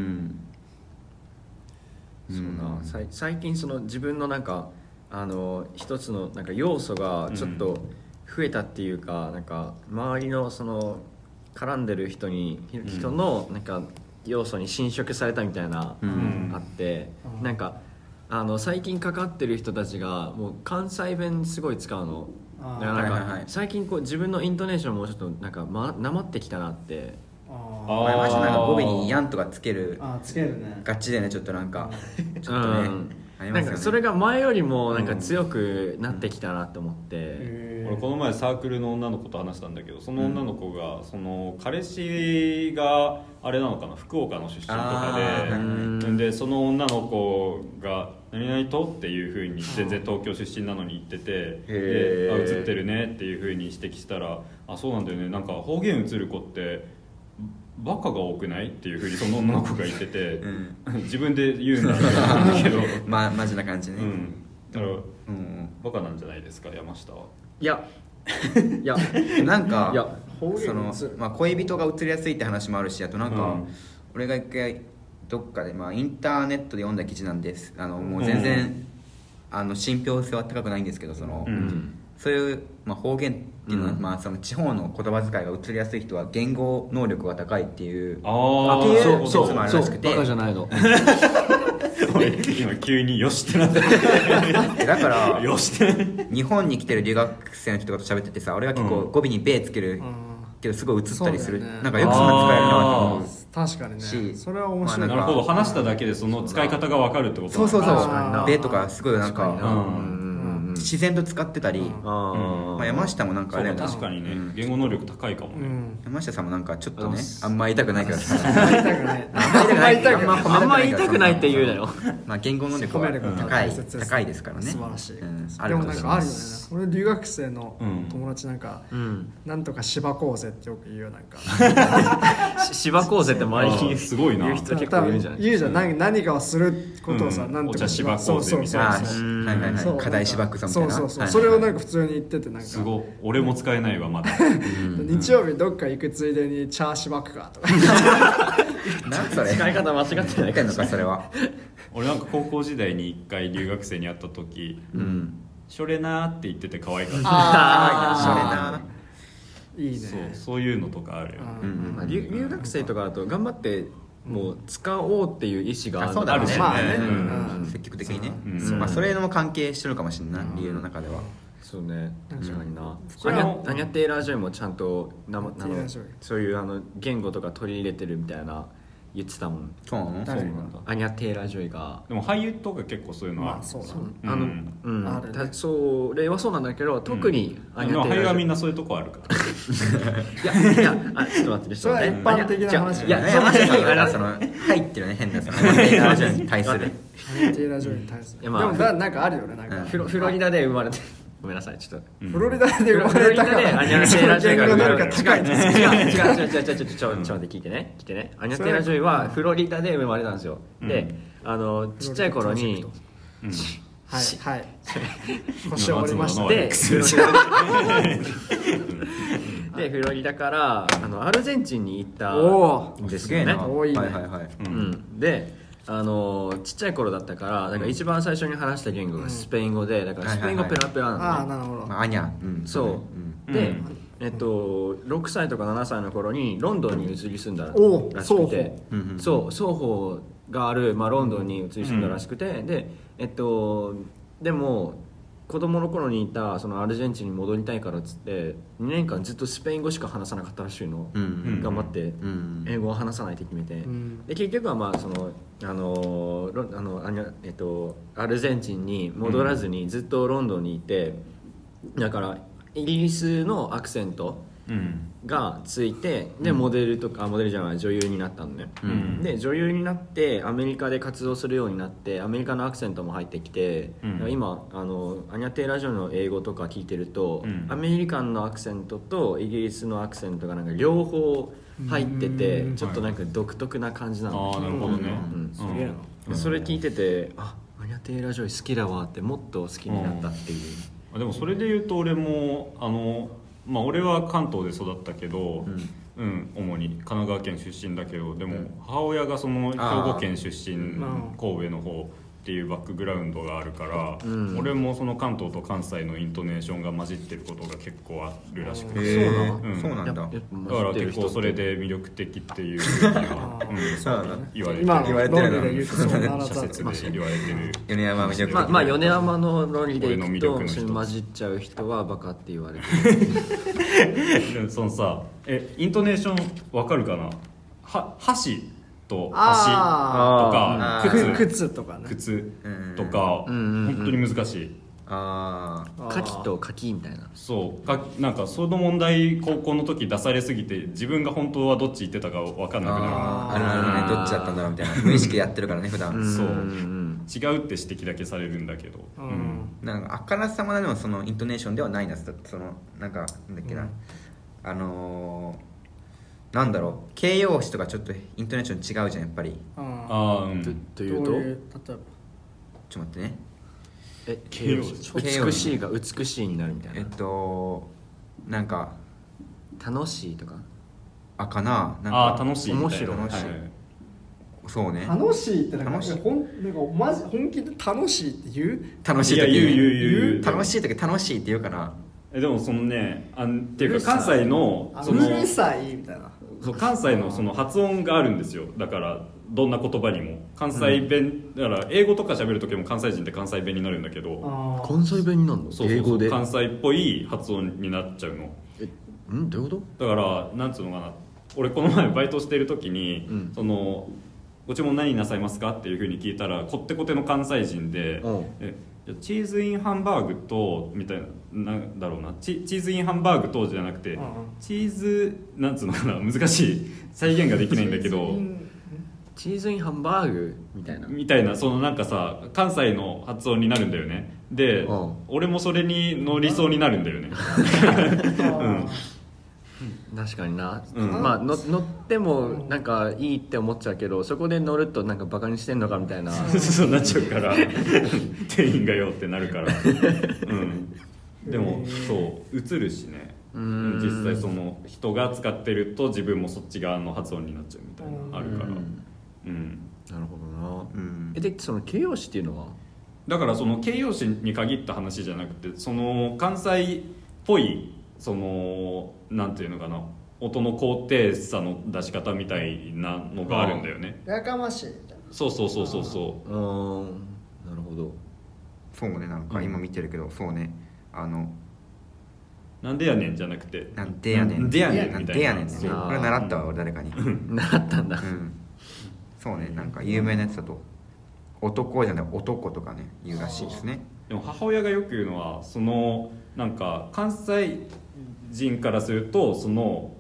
うん
そうなさい最近その自分のなんかあの一つのなんか要素がちょっと増えたっていうか、なんか周りのその絡んでる人にひ
ん
人のなんか要素に侵食されたみたいな、
うん
うん
あって、
うん
なんかあの最近かかってる人たちがもう関西弁すごい使うの
あー
だからなんか、
はいはいはい
最近こう自分のイントネーションもちょっとなんかまなまってきたなって
あ
前マジなんか語尾に「やん」とかつける
ーあーつけるね
ガチでねちょっとなんか
ち
ょっとねありますよね
なんかそれが前よりもなんか強くなってきたなって思って、
へ
俺この前サークルの女の子と話したんだけどその女の子が、その彼氏があれなのかな福岡の出身とか
あ
で、
は
ー
いはい
でその女の子が「何々と?」っていうふうに全然東京出身なのに言ってて「
へ
で
ー
あ映ってるね」っていうふうに指摘したら「あそうなんだよねなんか方言映る子ってバカが多くない?」っていうふうにその女の子が言って
[LAUGHS]
て、
ん
自分で言うんだけど、
まマジな感じね
うん、だから
うん
バカなんじゃないですか山下は。
いやいや
なんか
いや
方言
その
映る、
まあ、恋人が映りやすいって話もあるしあとなんか、
うん
俺が一回どっかで、まあ、インターネットで読んだ記事なんですあのもう全然、
うん
あの信憑性は高くないんですけどその、
うん
そういう、まあ、方言っていうのは、
うん
まあ、その地方の言葉遣いが映りやすい人は言語能力が高いっていう
あー
っていう
そうそう
説もあるらしくて
バカじゃないの
おい今急に「よし」ってなって
えだ
「
か [LAUGHS] ら
よし」って
日本に来てる留学生の人とかと喋っててさ俺は結構
うん
語尾に「べ」つける
うん
けどすごい映ったりする、
そうだよね
なんかよくそんな使えるなと思う
あー
確かにね
し
それは面白
ま
い
な
あ
る
んか
ほど話しただけでその使い方が分かるってこと
そうそうそう
確かに
「
な
べ」とかすごいなんか
なうん
うん
自然と使ってたり、
うん
あー
まあ、山下もなんかあれ
そ
や
う
な
確かにね、
うん
言語能力高いかも
う
ね、
ん
山下さんもなんかちょっと
あり
ね
がとうございます
あんま言いたくないけどさ
[LAUGHS] あんまり痛くない
[LAUGHS] あんま言いたくない
あんま言いたくないって言うなよ
[LAUGHS] まあ言語能
[LAUGHS]
力は
褒めることが
高
大
い
切です
高いですからね
素晴らしい、
うんあ
で
る
も
と思
なん
い
かあ
ま
るよね
す
俺留学生の
うん
友達なんか、
うん
なんとか芝高生ってよく言うよ
[LAUGHS]
なんか
し芝高生って周り
あー
に
すごいな
言う人結構いるんじゃない
言うじゃん何何かをすることをさ、
うん
なんと
お茶
か
芝
そ
高
うそ
生
う
み
そ
た
う
いな
あーはいはい
そう
はい課題芝生さんみたいな
そうそうそう、
はいはい
それをなんか普通に言っててなんか
すごい俺も使えないわまだ [LAUGHS]
日曜日どっか行くついでにチャーシバクかとか
なんそれ
使
[LAUGHS]
い方間違ってな
何
い
てんのかそれは
俺なんか高校時代に一回留学生に会った時
うん
「しょれな」って言ってて可愛かった
あ
あ
いいね
そうそういうのとかあるよね
あー
それなうん
まあ留留学生とかだと頑張ってもう使おうっていう意思があ
あ
る
そうだ
あるし
ね
ね
まあね
うん
うん
積極的にね
うん
そうまあそれも関係してるかもしれない理由の中では
そうね確かにな
そ
ア
れ
ニ
は
ャアニャテイラー・ジョイもちゃんとなま
テ
あ
イラー
の
ジョイ
そういうあの言語とか取り入れてるみたいな言ってたもん
そうなの
誰が
アニャ・テイラー・ジョイが
でも俳優とか結構そういうのは、
まあそうだね
あの、
う
うんん
あるね
たそれはそうなんだけど特にアニ
で
ャ・
も
テ
俳
イ
優
ラー・ジョ
はみ
イ
んなそういうとこあるから
いやいやあちょっと待ってね
それは
ちょっとね
一般的な話
いやいやその
山下さん
あ
が
の
その入ってるね変なそのラジオに対する
アニテイラージョイに対す
い
るで
や
も
まあ
だなんかあるよねなんか
うん
フロフロリダで生まれてごめんなさいちょっと
フロリダで生まれたか
フロリダでアニ
ら
ャテイラジョイが生ま
言語
れ
なんか
た
高いんです
違う違う違う違う違う違うちょっと待って聞いてね聞いてねアニャテイラジョイはフロリダで生まれたんですよであのちっちゃい頃に
はい
し [LAUGHS]
はい腰を折りました
うん
で
ワック
フロリダでフロリダからあのアルゼンチンに行っ
お
たんです
すげえ
よね
な
多いね
はいはいはい
うん、であのーちっちゃい頃だったからなんか一番最初に話した言語がスペイン語でだからスペイン語ペラペラ
あ
なの
あ
ね
なるほど
まあアニャうん
そう
うん
うん
で
うん、
えっと、6歳とか7歳の頃にロンドンに移り住んだ
おう
らしくて
双方うんうん
そう双方がある、まあ、ロンドンに移り住んだらしくて、で、えっと、でも子供の頃にいたそのアルゼンチンに戻りたいからっつって2年間ずっとスペイン語しか話さなかったらしいの、
うんうん
頑張って
うん
英語を話さないと決めて、
ん
で結局はまあそのあのロンあのあのえっとアルゼンチンに戻らずにずっとロンドンにいて、だからイギリスのアクセント
うん
がついてでモデルとかあモデルじゃない女優になったのね、
うん
で女優になってアメリカで活動するようになってアメリカのアクセントも入ってきて、
うん
だから今あのアニャテイラジオの英語とか聞いてると、
うん
アメリカンのアクセントとイギリスのアクセントがなんか両方入ってて
うん
ちょっとなんか独特な感じなの、
ああなるほどね
うん
うん
げえな
でそれ聞いててあアニャテイラジオ好きだわってもっと好きになったっていう、
あでもそれで言うと俺もあのまあ俺は関東で育ったけど、うん主に神奈川県出身だけどでも母親がその兵
あー
庫県出身
うん
神戸の方っていうバックグラウンドがあるから、
うん
俺もその関東と関西のイントネーションが混じってることが結構あるらしくて、
へー
うん
そうなんだ
やっぱ
だから結構それで魅力的っていうふうに
[LAUGHS]
は、うん、
そうなんだ
言われて
今
言
の
われて
ロ
るな
ンドンで言うとそうなら
[LAUGHS] 社
ざる
説で言われてる
米山魅力的
まあ、まあ米山の論理でいく
俺の魅力
と
の一つ
それに混じっちゃう人はバカって言われて
でそのさえイントネーションわかるかなは箸と箸と
あ
か
ー
く
靴
靴とかね
靴
うん
とか、
うんうんうん
本当に難しい
ああ
るカキとカキみたいな
そうかなんかその問題高校の時出されすぎて自分が本当はどっち行ってたかわかんなくな
あーあるあるねどっちだったんだろうみたいな無意識でやってるからね普
う
段
ん
そうんる違うって指摘だけされるんだけど、
う
うん
ん
なんかあからさまなでもそのイントネーションではないなそそのなんかなんだっけな、
うん
あのー、なんだろう形容詞とかちょっとイントネーション違うじゃんやっぱり
あ
あーう
と
ん
というと
どいう例え
ちょっと待ってね
え
形容詞
美しいが美しいになるみたい
えっ
な
となんか
楽しいとか
あかななんか
あー楽しいみたいな
面白い
はいはい
そうね
ば楽しいってなんか
楽しい
ほんなんかマジ本気で楽しいって言う
楽しい時
いや言う言う言う
楽しい時楽しいって言うかな
えでもそのねあんっていうか関西の
あ
その
うるさいみたいな
そう関西のその発音があるんですよだからどんな言葉にも関西弁、だから英語とか喋る時も関西人って関西弁になるんだけど
あー
関西弁になるの
そうそう
英語で
関西っぽい発音になっちゃうの
えんどういうこ
だからなんつうのかな俺この前バイトしてる時に、
うん
そのご注文何になさいますかっていうふうに聞いたらこってこての関西人で、
うん
えじゃあチーズインハンバーグとみたいななんだろうなチチーズインハンバーグとじゃなくて、
うんうん
チーズなんつうのかな難しい再現ができないんだけど。
とチーズインハンバーグみたいな
みたいなそのなんかさ関西の発音になるんだよねで、
うん
俺もそれに乗りそうになるんだよね
あ
確かにな、
うん
まあの乗ってもなんかいいって思っちゃうけどそこで乗るとなんかバカにしてんのかみたいな
そうなっちゃうから店員がよってなるから、うん、でもそう映るしね
うん
実際その人が使ってると自分もそっち側の発音になっちゃうみたいなあるから、
う
うんん
なるほどな、
うん
えでその形容詞っていうのは
だからその形容詞に限った話じゃなくてその関西っぽいそのなんていうのかな音の高低差の出し方みたいなのがあるんだよね
ーやかましいみたいな
そうそうそうそうそう
ーんなるほど
そうねなんか今見てるけど、そうねあの
うなんでやねんじゃなくて
なんでやねん
なんでやねん
なん
みたいな
でやねんね
そう
これ習ったわ俺誰かに
習ったんだ
うんそうねなんか有名なやつだと男じゃない男とかね言うらしいですね
でも母親がよく言うのはそのなんか関西人からするとその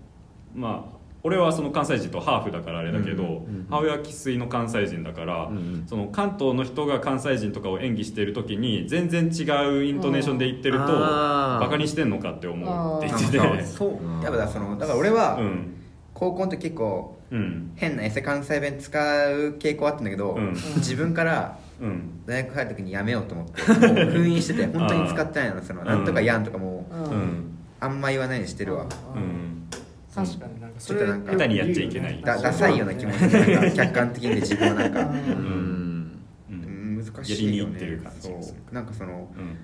まあ俺はその関西人とハーフだからあれだけど、母親は生粋の関西人だから、
うんうん
その関東の人が関西人とかを演技してる時に全然違うイントネーションで言ってると
あー
バカにしてんのかって思うって言ってて
なんかそうやっぱだそのだから俺は
うん
高校の時結構
うん
変なエセ関西弁使う傾向あったんだけど、
うん
自分から
うん
大学入る時にやめようと思ってもう封印してて本当に使ってないのそのなんとかやんとかもう
うん
うん
あんま言わないようにしてるわ
うん
確かになんか
ちょっとなんか
よく
下手にやっちゃいけない
だダサいような気持ちでなんか客観的に自分はなんか
う
うんん
う
うんん難しい
や
よ
りに行って
ね
る感じがする
そうなんかその
うん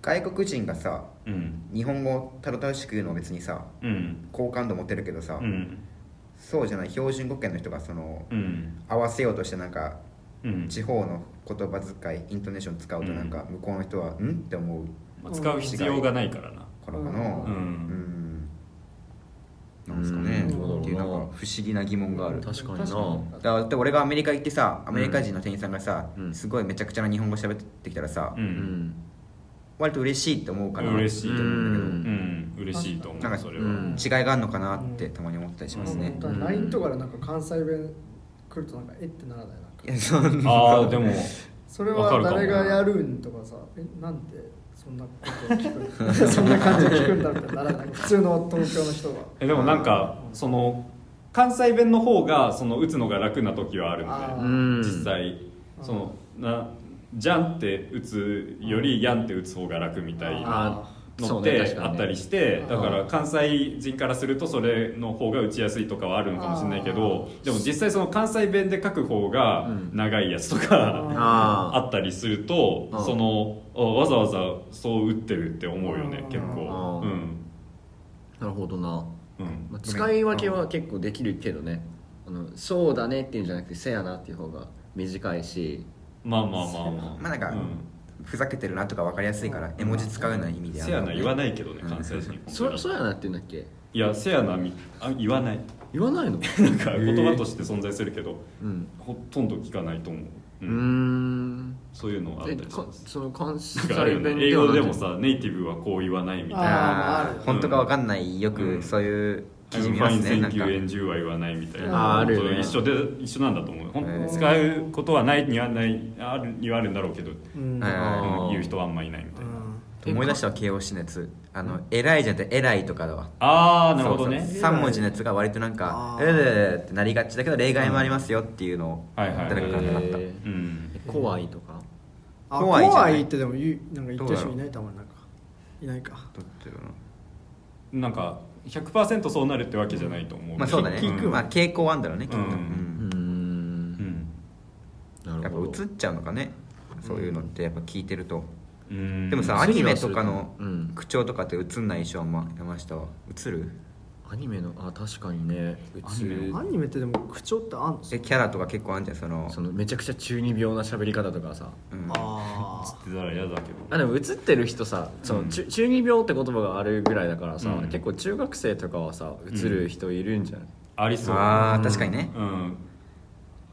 外国人がさ
うん
日本語をたどたどしく言うのは別にさ
うん
好感度持てるけどさ、
うん
そうじゃない標準語圏の人がその
うん
合わせようとしてなんか
うん
地方の言葉遣いイントネーション使うとなんか向こうの人は「ん?」って思う
まあ使う必要がないからな
からかな
う
うんんなんですか
う
ね
んどうだろうな
っていうなんか不思議な疑問があるだか
確かにな
らだって俺がアメリカ行ってさアメリカ人の店員さんがさ、
うん
すごいめちゃくちゃな日本語喋ってきたらさ、
う
うんん
割と嬉しいって思うから
嬉しいと思うんだけど
う
うんん嬉しいと思
なん
う
か
それは
う
うんん
違いがあるのかなってたまに思ったりしますね、
うん
LINE とかでなんか関西弁来るとなんかえってならないなんか
いやそんな
ああでも
それ
わか
は
るかも
誰がやるんとかさえなんでそんなことを聞くのそんな感じで聞くんだってならない普通の東京の人が
えでもなんかその関西弁の方がその打つのが楽な時はある
あ
う
ー
の
ん
で実際そのなじゃんって打つよりやんって打つ方が楽みたいな
あー
の
そ
っ
うね
て
確かにね
あったりしてだから関西人からするとそれの方が打ちやすいとかはあるのかもしれないけどでも実際その関西弁で書く方が
うん
長いやつとか、
あ
あったりすると
うん
そのあわざわざそう打ってるって思うよ
う
ね
ん
結構
う
うん
なるほどな
うん
まあ使い分けは結構できるけどねあのそうだねっていうんじゃなくてせやなっていう方が短いし
まあまあまあまあ
まあなんか
うん
ふざけてるなとか分かりやすいから絵文字使うような意味で
せやな言わ
い
ないけどね関西人
そそうやなって言うんだっけ
いやせやなみあ言わない
言わ
[LAUGHS]
ないの
なんか言葉として存在するけど
うん
ほとんど聞かないと思う
う
う
ー
ん
ん
そういうのがあった
え
りし
か
ます
その関西
なんかあるよ
弁
ね英語でもさネイティブはこう言わないみたい
あ
な
まああ
あ
る
あ本当か分かんないよくそういう
「
記事
I'm
見ます
fine
ねなん
thank you
か
and you は言わない」みたい
あーあ
な
る
こ
よ
と
ね
一緒で一緒なんだと思うほん
へー
使うことはないにはないあるにはあるんだろうけど
うん
はい
あー
言う人はあんまいないみたいな
思い出したわ形容詞のやつあの偉いじゃなくて偉いとかだわ
ああなるほどね
3文字のやつが割となんか
あ
「え
ー
ええってなりがちだけど例外もありますよっていうのを
はいはい
誰かから習った
え
うん
ー怖いとか
あ
怖いじゃない
怖いってでも言うなんか言ってる人いないたまになんかいないか
どうだろう
なんか100%そうなるってわけじゃないと思う
まあそうだね
聞く
まあ傾向はあんだろうねきっと
う
うん
うんーんな
や
る
っ
ほど
ぱ映っちゃうのかねそういうのってやっぱ聞いてると
うん
でもさ
うん
アニメとかの
うん
口調とかって映んないでしょあんま山下は映る
アニメのあ確かにね
アニメ
アニメってでも口調ってあんの
えキャラとか結構あんじゃんその
そのめちゃくちゃ中二病な喋り方とかさ
うん
あ
つってたら嫌だけど
あでも映ってる人さその、
うん
中中二病って言葉があるぐらいだからさ、
うん
結構中学生とかはさ映る人いるんじゃない、
ありそう
あー確かにね
うん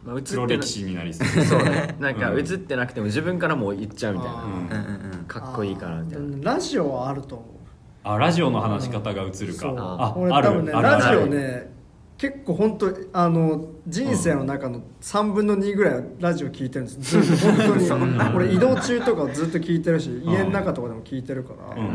まあ、映って
黒
な
歴史になりそう
そうね [LAUGHS] なんか
うん
映ってなくても自分からもう言っちゃうみたい
あ
な
ー
うんうんうん
かっこいいからみたいな
なラジオはあると思う
あラジオの話し方が映るか
そう
あ
俺
あ
多分ね
るある
ラ
あ
ジ
る
オね結構本当あの人生の中の3分の2ぐらいはラジオ聞いてるんですずっと本当に俺移動中とかずっと聞いてるし
ん
家の中とかでも聞いてるか
う
ら、
うん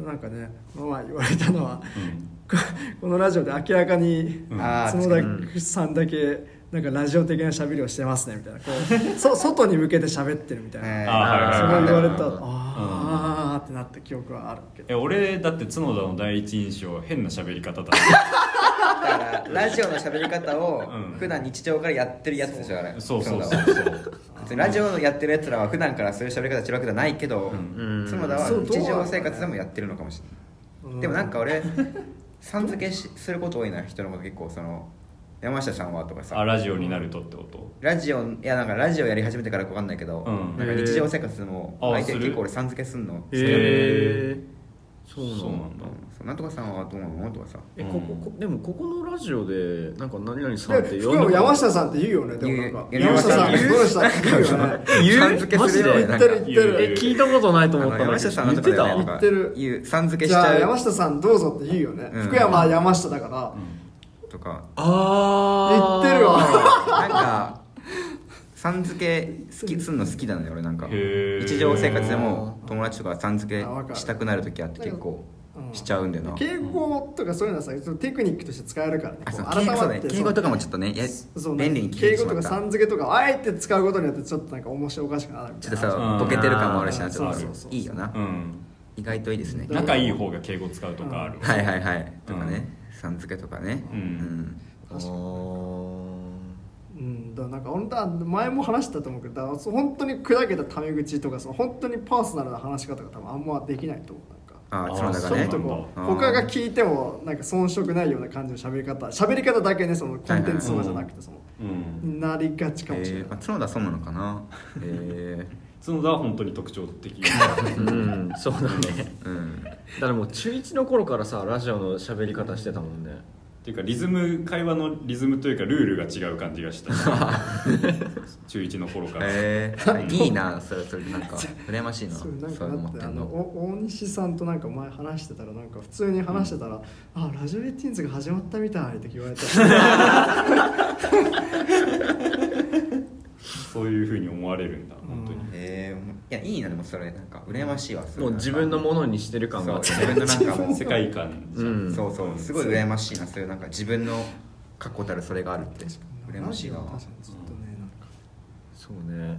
ん
なんかねまあ言われたのは、 [LAUGHS] ここのラジオで明らかに
うん
あー
角田さんだけなんかラジオ的な喋りをしてますねみたいなこうそ [LAUGHS] 外に向けて喋ってるみたいな、
えー
あーはいはいはい
それ言われ
あ
たら
ー
あーってなった記憶はあるけど
え俺だって角田の第一印象変な喋り方だっ
だからラジオの喋り方を
うん
普段日常からやってるやつでしょあれ [LAUGHS]
たそうそう
角
そう
田は
そう
別にラジオのやってるやつらは普段からそういう喋り方してるわけじゃないけど、
ん
角田は
そうどう
日常生活でもやってるのかもしれない、でもなんか俺さん付けしすること多いな人のこと結構その山下さんはとか
あ
さ
ラジオになるとってこと
ラジオいやなんかラジオやり始めてからか分かんないけど、
うん
なんか日常生活でも
へー
相手
あする
結構俺さん付けすんの、
へえそう
そう
な
なん
だ
んだ
そうなんとかさんはどうなのとかさ
えこここでもここのラジオでなんか何々さんっ
で
て
福
呼ん
山
だ
山
こと
下さんって言うよねでもなんか
言う
山下さん
言う
どうしたって言うよね
さん付けするようにな
言
ん
っ
か
てる言っ
言
てる
え聞いたことないと
あ
思っ
の
たんだ
山
け
下さ
ど
んの
言
と
っ
か
て
で
た
ねなんか
言ってる
言うさん付けし
じ
ち
ゃあ
ゃう
山下さんどうぞって言うよね、
うん
福山は山下だから、
とか
あ
言ってるわ
なんかさん付け好きすんの好きなのよ俺なんか
へー
日常生活でも友達とかさん付
あわか
け
る
したくなる時あって結構しちゃうんだよな
敬語とかそういうのはさそのテクニックとして使えるからね
あそう
こう
敬語そう
改
ね
めて
敬語とかもちょっとねや
そう
便利に聞い
敬
てし
語
ま
と
っ
か
た
さん付けとかをあえて使うことによってちょっとなんか面白おかしくなるみ
ち
た
ょ
い
っ
な
と
う
さ
ん
ボケてる感もあるし
あ
な
ー
ちょっ
そうそう
と
そう
いいよな
うん
意外といいですね
仲いい方が敬語使うとかある
はいはいはいとかねさん付けとかね
うん
あー
うんだからなんか本当は前も話したと思うけどだからそう本当に砕けたタメ口とかその本当にパーソナルな話し方が多分あんまできないと思うなんか
ああ
あ
角田
そう
が
なん
ちょっ
だ
と
ね
こう
あー
他が聞いてもなんか遜色ないような感じの喋り方喋り方だけねそのコンテンツとかじゃなくてその、
うん
なりがちかもしれ
え
ない、
ーあ角田そうなのか
[LAUGHS]
なえ
角田は本当に特徴
[LAUGHS]
的
うんそうだね
ー
[LAUGHS]
うん
だからもう中1の頃からさラジオの喋り方してたもんね
っていうかリズム会話のリズムというかルールが違う感じがした
[LAUGHS]
中1の頃から、
えーいいなそれそれなん
[LAUGHS]
か羨ましいな
そ
そうう
なんかだ
思
っ
ってて
あ
ん
の
の
お大西さんとなんか前話してたらなんか普通に話してたら「あラジオエッティーンズが始まったみたい」って言われた
そういうふうに思われるんだ本当に、
えーいやいいなでもそれなんか羨ましいわそれ
もう自分のものにしてる感が
そ
あ
う
って
自分のなんかも
[LAUGHS]
う
世界観じゃん、
うん
そうそうすごい羨ましいなそういうなんか自分の確固たるそれがあるって羨ましいな
確かにずっとねなんか
そうね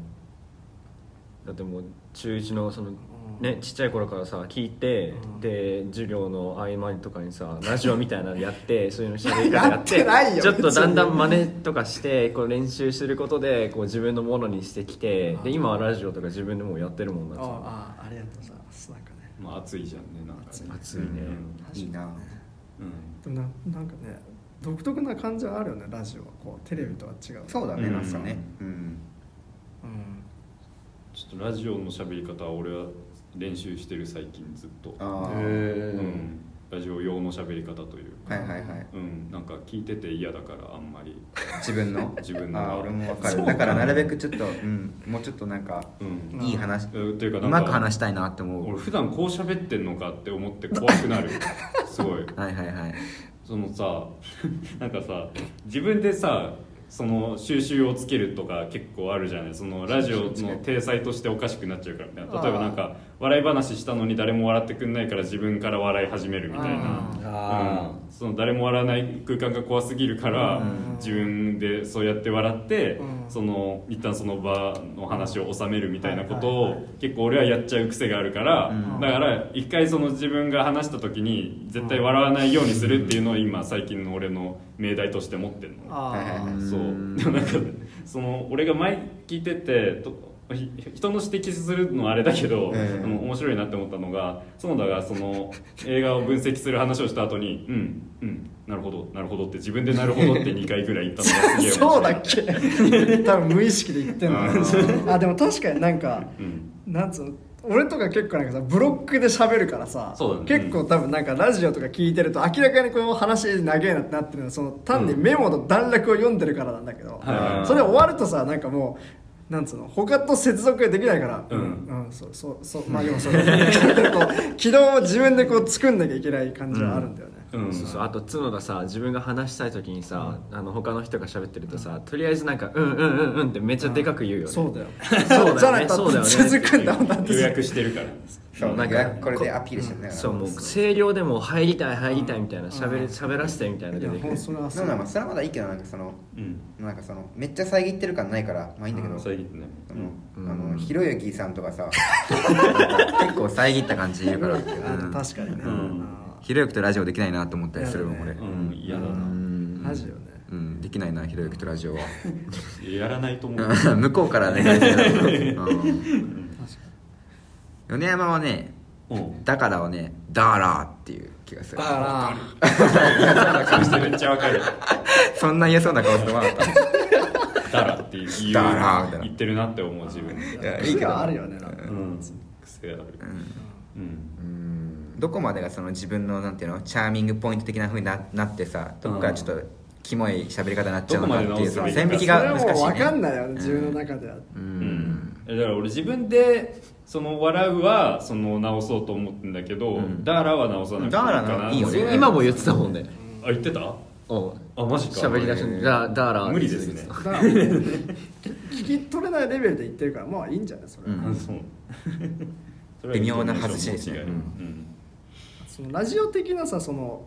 だってもう中1のそのねちっちゃい頃からさ聞いて
うん
で授業の合間とかにさラジオみたいなのやって
[LAUGHS]
そういうの喋り方やっ
やって
て
ないよ
ちょっとだんだん真似とかしてこう練習することでこう自分のものにしてきてで今はラジオとか自分でもうやってるもんなさ
ああありがとうございますなんかね
まあ暑いじゃんねなんかね
暑いね
いいな
うん
でもななんかね独特な感じはあるよねラジオはこうテレビとは違う
そうだね
うん
なんかねうん
うん
ちょっとラジオの喋り方は俺は練習してる最近ずっと、
ああ
うん、ラジオ用の喋り方というか、
はいはい
[LAUGHS]
はい
うん、なんか聞いてて嫌だからあんまり、
自分の
自分の
ああ俺もわか
そう
る
か
だからなるべくちょっとうんもうちょっとなんか
うん、
いい話
えーというか
う
なんか
まく話したいなって思う
俺普段こう喋ってんのかって思って怖くな [LAUGHS] るすごい
はいはいはい
そのさ [LAUGHS] なんかさ自分でさその収集をつけるとか結構あるじゃないそのラジオの体裁としておかしくなっちゃうからみたいな例えばなんか笑い話したのに誰も笑ってくんないから自分から笑い始めるみたいな
あ
あ
うんその誰も笑わない空間が怖すぎるから
うん
自分でそうやって笑って
うん
その一旦その場の話を収めるみたいなこと
はいはい
を結構俺はやっちゃう癖があるから
うん
だから一回その自分が話した時に絶対笑わないようにするっていうのを今最近の俺の命題として持ってるの。
あ
はいはいはい
ー
そうでもなんかその俺が前聞いててとひ人の指摘するのはあれだけど、
ええ
あの面白いなって思ったのが園田がその映画を分析する話をした後に「うんうんなるほどなるほど」って自分で「なるほど」って2回ぐらい言ったのがすげえ面白い
[LAUGHS] そうだっ
[LAUGHS]
け多分無意識で言ってんのあでも確かになんか
うん
なんつうの俺とか結構なんかさブロックで喋るからさ、
そうだね
結構多分なんかラジオとか聞いてると明らかにこの話長えなってなってるのはその単にメモの段落を読んでるからなんだけど、
はいはいはい
それ終わるとさなんかもうなんつうの他と接続ができないから
うん
うん、そうそうそうまあでもそれこう [LAUGHS] 軌道を自分でこう作んなきゃいけない感じはあるんだよ
う
ね、
ん
そうそうあと角田さ自分が話したい時にさ、あの他の人が喋ってるとさ、とりあえずなんか「うんうんうんうん」ってめっちゃでかく言うよね、
そうだよ
だよね
じゃないと
そうだよね
続くんだもんだって
予約してるから
そう
な
なんん
か
かこれでアピールしてるね
そうもう声量でも入りたい入りたいみたいな喋れ喋らせてみたいなの
い
出
や
てく
ほ
る
んそれは
そ
そう
うなのそれはまだいいけどなんかその
うん
なんかそのめっちゃ遮ってる感ないからまあいいんだけど
遮ってない
あの
うん
あのひろゆきさんとかさなんか結構遮った感じいるから
あ確かにね、
うん
あ
ひろゆきとラジオできないなと思ったりするもん
いや
俺
ね
うん嫌だ
う
なん
ーラジオね
うんできないなひろゆきとラ
[LAUGHS]
ジオは
やらないと思う
うん向こうからねうん
[LAUGHS] 確かに
米山はね
うん
だからはねだらーっていう気がする
あら
感じてめっちゃわかる
そんな嫌そうな顔してもらった
だらって言う
だらみたいな
言ってるなって思う自分
いやいい
癖
けど
があるよねなんか
うん癖あるうん
うんどこまでがその自分のなんていうのチャーミングポイント的な風にななってさどこからちょっとキモい喋り方になっちゃうのかっていう
どこ
そ
ま
の
で
線引き
それ
が
は
難
もう分
しい
かん
ね
ないよね自分の中では
う
うんん、だから俺自分でその笑うはその直そうと思ってんだけど、
ん
ダーラは直さなくていいか
ダーラ
な
ないいよね
今も言ってたもんね
あ言ってた
お
あマジか
喋り出し
え
の
ー
じゃあだから
無理ですね
だからもう聞き取れないレベルで言ってるからまあいいんじゃないそれは、
うん
あそうそれは
微妙な外しですね
うんうん
そのラジオ的なさその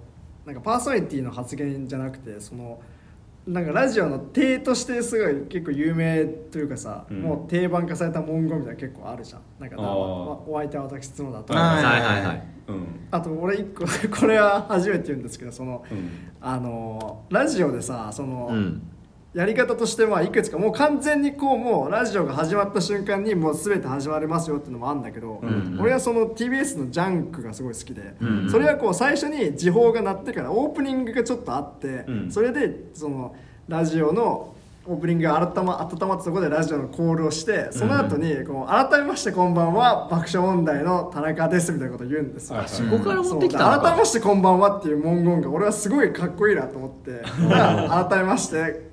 なんかパーソナリティの発言じゃなくてそのなんかラジオの体としてすごい結構有名というかさ、
うん
もう定番化された文言みたいなの結構あるじゃんなんかだ
あー
おお相手は私角田と
あ
あ
はいはいはい
うん
と俺一個これは初めて言うんですけどその、
うん
あのラジオでさその、
うん
やり方としてはいくつかもう完全にこうもうラジオが始まった瞬間にもう全て始まりますよっていうのもあるんだけど、
ん
俺はその TBS の「ジャンク」がすごい好きで、
んうん
それはこう最初に時報が鳴ってからオープニングがちょっとあって、
うん
それでそのラジオのオープニングが温ま温まったところでラジオのコールをしてその後にこう改めましてこんばんは爆笑問題の田中です」みたいなことを言うんですよ。
あそ
こから持
そう
ってきたの
改めま
か
してこんばんはっていう文言が俺はすごいかっこいいなと思ってだから改めまして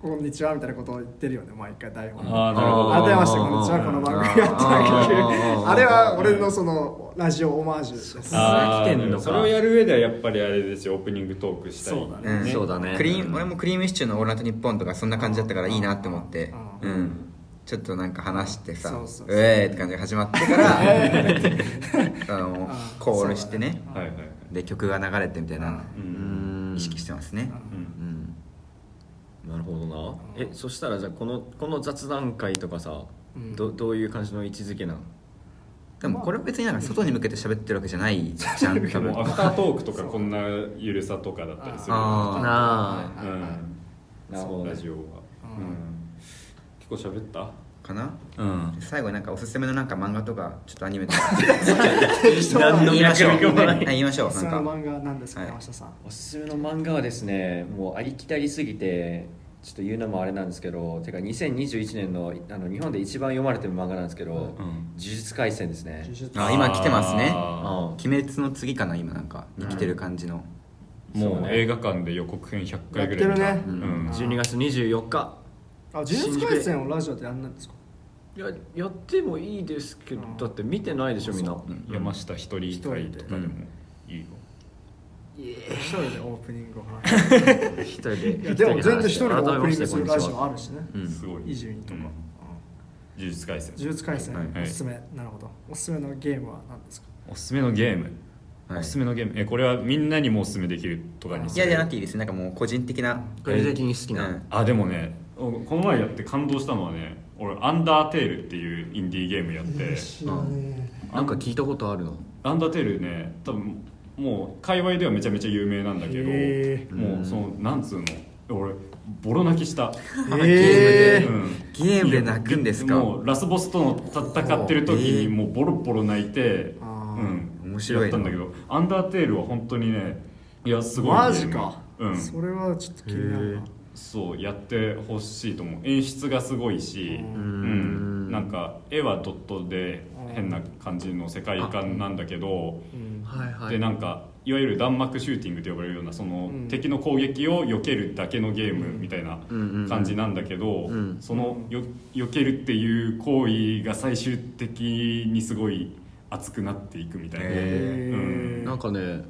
こんにちはみたいなことを言ってるよね毎回台本
あーなるほど
改めましてこんにちはこの番組やってるわけで
あー
あれは俺のそのラジオオマージュです
あ
来て
ー
んのか
それをやる上ではやっぱりあれですよオープニングトークしたり
そうだ
うん
そうだね
クリーン俺もクリームシチューの「オールナイトニッポン」とかそんな感じだったからいいなって思って
う
うんちょっとなんか話してさ
そううそうそう
えーって感じが始まってからあのコールしてね
はいはいはい
で曲が流れてみたいな
う
うんん
意識してますね
うん
うんなるほどなえそしたらじゃあこのこの雑談会とかさ、
うん
どどういう感じの位置づけなの
でもこれ別になんか外に向けて喋ってるわけじゃないじゃん
で
多分
もアフタートークとかこんなゆるさとかだったりする
あ
な
ー
はいはいはい
なるほど
ラジオは、
うん
うん結構喋った
かな
うん
最後になんかおすすめのなんか漫画とかちょっとアニメとか
何の
言いましょう
脈絡もない
はい言いましょう
そ
な
の
んか
漫画なんですか
はい
山下さん
おすすめの漫画はですねもうありきたりすぎてちょっと言うのもあれなんですけどてか2021年のあの日本で一番読まれてる漫画なんですけど「呪術廻戦」ですね
呪術
あ今来てますね
あ
あ
鬼滅の次かな今なんかに来てる感じの
ーもう映画館で予告編100回ぐらい見た
やって
う
る
うん
ね
ん
ん
12月24日
あ呪術廻戦をラジオでやんないんですか
いややってもいいですけどだって見てないでしょみんな
うん山下一人会とかでもいいよ
一人でオープニングを話す
一人で
いやでも全然一人でオープニングするラジオ
は
あるしね
うん
すごい
伊集院とか
うん
うん
呪術廻戦
呪術廻戦
はい
おすすめなるほどおすすめのゲームは何ですか
おすすめのゲーム
はい
おすすめのゲームえこれはみんなにもおすすめできるとかに
いやじゃなくていいですねなんかもう個人的な
個人的に好きな、
うん
あでもねおこの前やって感動したのはね俺「アンダーテール」っていうインディーゲームやって
なんか聞いたことあるの
アンダーテールね多分もう界隈ではめちゃめちゃ有名なんだけ
へ
どもうそのなんつうの俺ボロ泣きした、
ゲームで
うん
ゲームで泣くんですか
もうラスボスとの戦ってる時
え
に
ー
もうボロボロ泣いて、
あ
うん、
面白い
やっ
な
たんだけど「アンダーテール」は本当にねいやすごいゲーム
マジか
うん、
それはちょっと気になるな
そうやってほしいと思う演出がすごいし、
う
うんん、なんか絵はドットで変な感じの世界観なんだけど、
うん
はいは
でなんかいわゆる弾幕シューティングと呼ばれるようなその、
うん
敵の攻撃を避けるだけのゲームみたいな感じなんだけ
ん
ど、
うん
そのよ避けるっていう行為が最終的にすごい熱くなっていくみたいな、
へ
うん
なんかね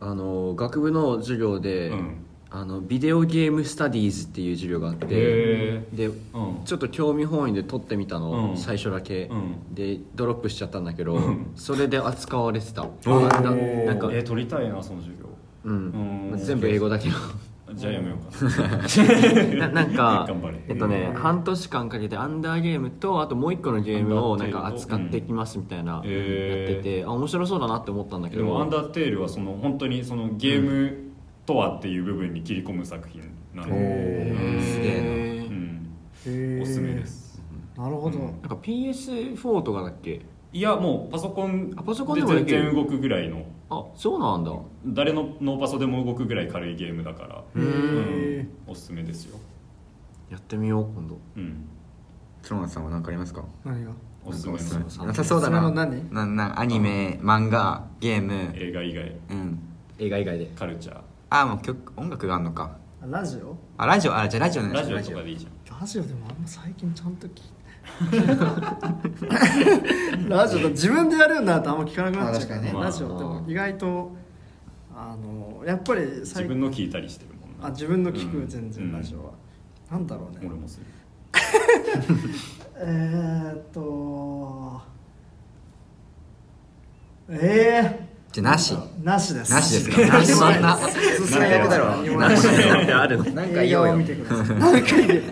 あの学部の授業で、
うん
あのビデオゲームスタディーズっていう授業があっ
へ
てで
うん
ちょっと興味本位で撮ってみたの、
うん
最初だけ、
うん
でドロップしちゃったんだけど、
ん
それで扱われてた
ー
ななんか、
えー撮りたいなその授業
うん
うん
全部英語だけ
[LAUGHS]
ど
じゃあやめようか
[LAUGHS] ななんか
頑張れ
えっとね半年間かけてアンダーゲームとあともう一個のゲームをなんか扱っていきますみたいな、やっ
うん
てて、あ面白そうだなって思ったんだけ
で
ど
も「アンダーテール」はその本当にそのゲームとはっていう部分に切り込む作品なので、
ーすげえ
う
へ
ん
ー
おすすめです
なるほど
なんか PS4 とかだっけ
いやもうパソコン
あパソコン
で
でもで
全
きる
然動くぐらいの
あそうなんだ
誰のノーパソでも動くぐらい軽いゲームだから、
へー
うんおすすめですよ、
やってみよう今度
うん、
角田さんは何かありますか
何が
おすすめです
なんかおすすめなさそうだな
それの何
ななアニメ漫画ゲーム
映画以外
うん
映画以外で
カルチャ
あもう曲音楽があるのか
あラジオ
あラジオあじゃあラジオね
ーラジオとかでいいじゃん
ラジオでもあんま最近ちゃんと聞いてラジオだ自分でやるようになるとあんま聞かなくなっちゃうからね
確かにね
あ
ラジオって意外とあのやっぱり
自
最近
分の聞いたりしてるもん
あ自分の聞く全
うん
然ラジオは、なんだろう
俺
ね
もする
えー、っとえ
じゃあなし
ー、なしです
なしですかなしそんな普通のやつだろ
何も
な
ない
し
あるの
なんか
映
言
画
おう
を
よ
見てくださいなんか言う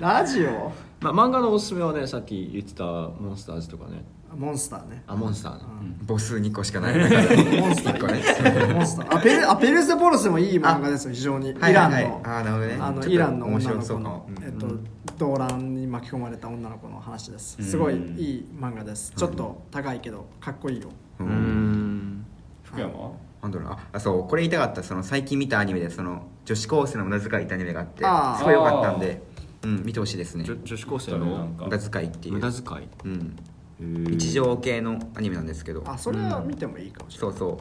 ラジオ
まあ、漫画のおすすめはねさっき言ってた「モンスターズ」とかね
モンスターね
あモンスターね
母数2個しかないモ
モンスター
個ね
モンスターアペルアペルセポロスでもいい漫画ですよ非常にイ
はい
ラン
はいはい
の
あーなるほどね
あ
ちょっ
の
と
イランの
面
女
白
の
そ
子
うかも
のえっと動乱に巻き込まれた女の子の話ですすごい
うん
いい漫画ですちょっと高いけどかっこいいよ
うーん
福山は
なんだろうなあそうこれ言いたかったその最近見たアニメでその女子高生の無駄遣いってアニメがあって
あー
すごい良かったんで、うん、見てほしいですね
女女子高生
誰なん
の
か
無駄遣いってい
無
う
駄、遣い
うん、
へー
日常系のアニメなんですけど
あそれは見てもいいかもしれ
そうそう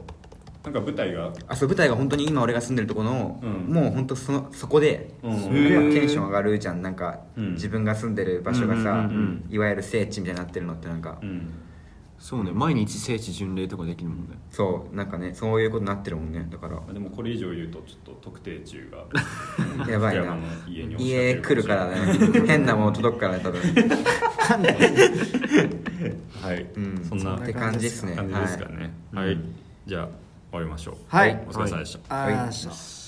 なんか舞台が
あそう舞台が本当に今俺が住んでるところの、
うん
もう本当そのそこで、
うん
すごいテンション上がるじゃんなんか、
うん
自分が住んでる場所がさ、
うんうんうん
いわゆる聖地みたいになってるのってなんか、
うん
そうね毎日聖地巡礼とかできるもんね
そうなんかねそういうことになってるもんねだから
まあでもこれ以上言うとちょっと特定中が
やばい
福
な
山の家に押しかけ
家
る
来るからね変なもの届くからね多分
はい、
ん
そんな
って感じですね
感じですか
はい
ねはい、じゃあ終わりましょう
はい
お疲れ様でした、
ないあーし
はい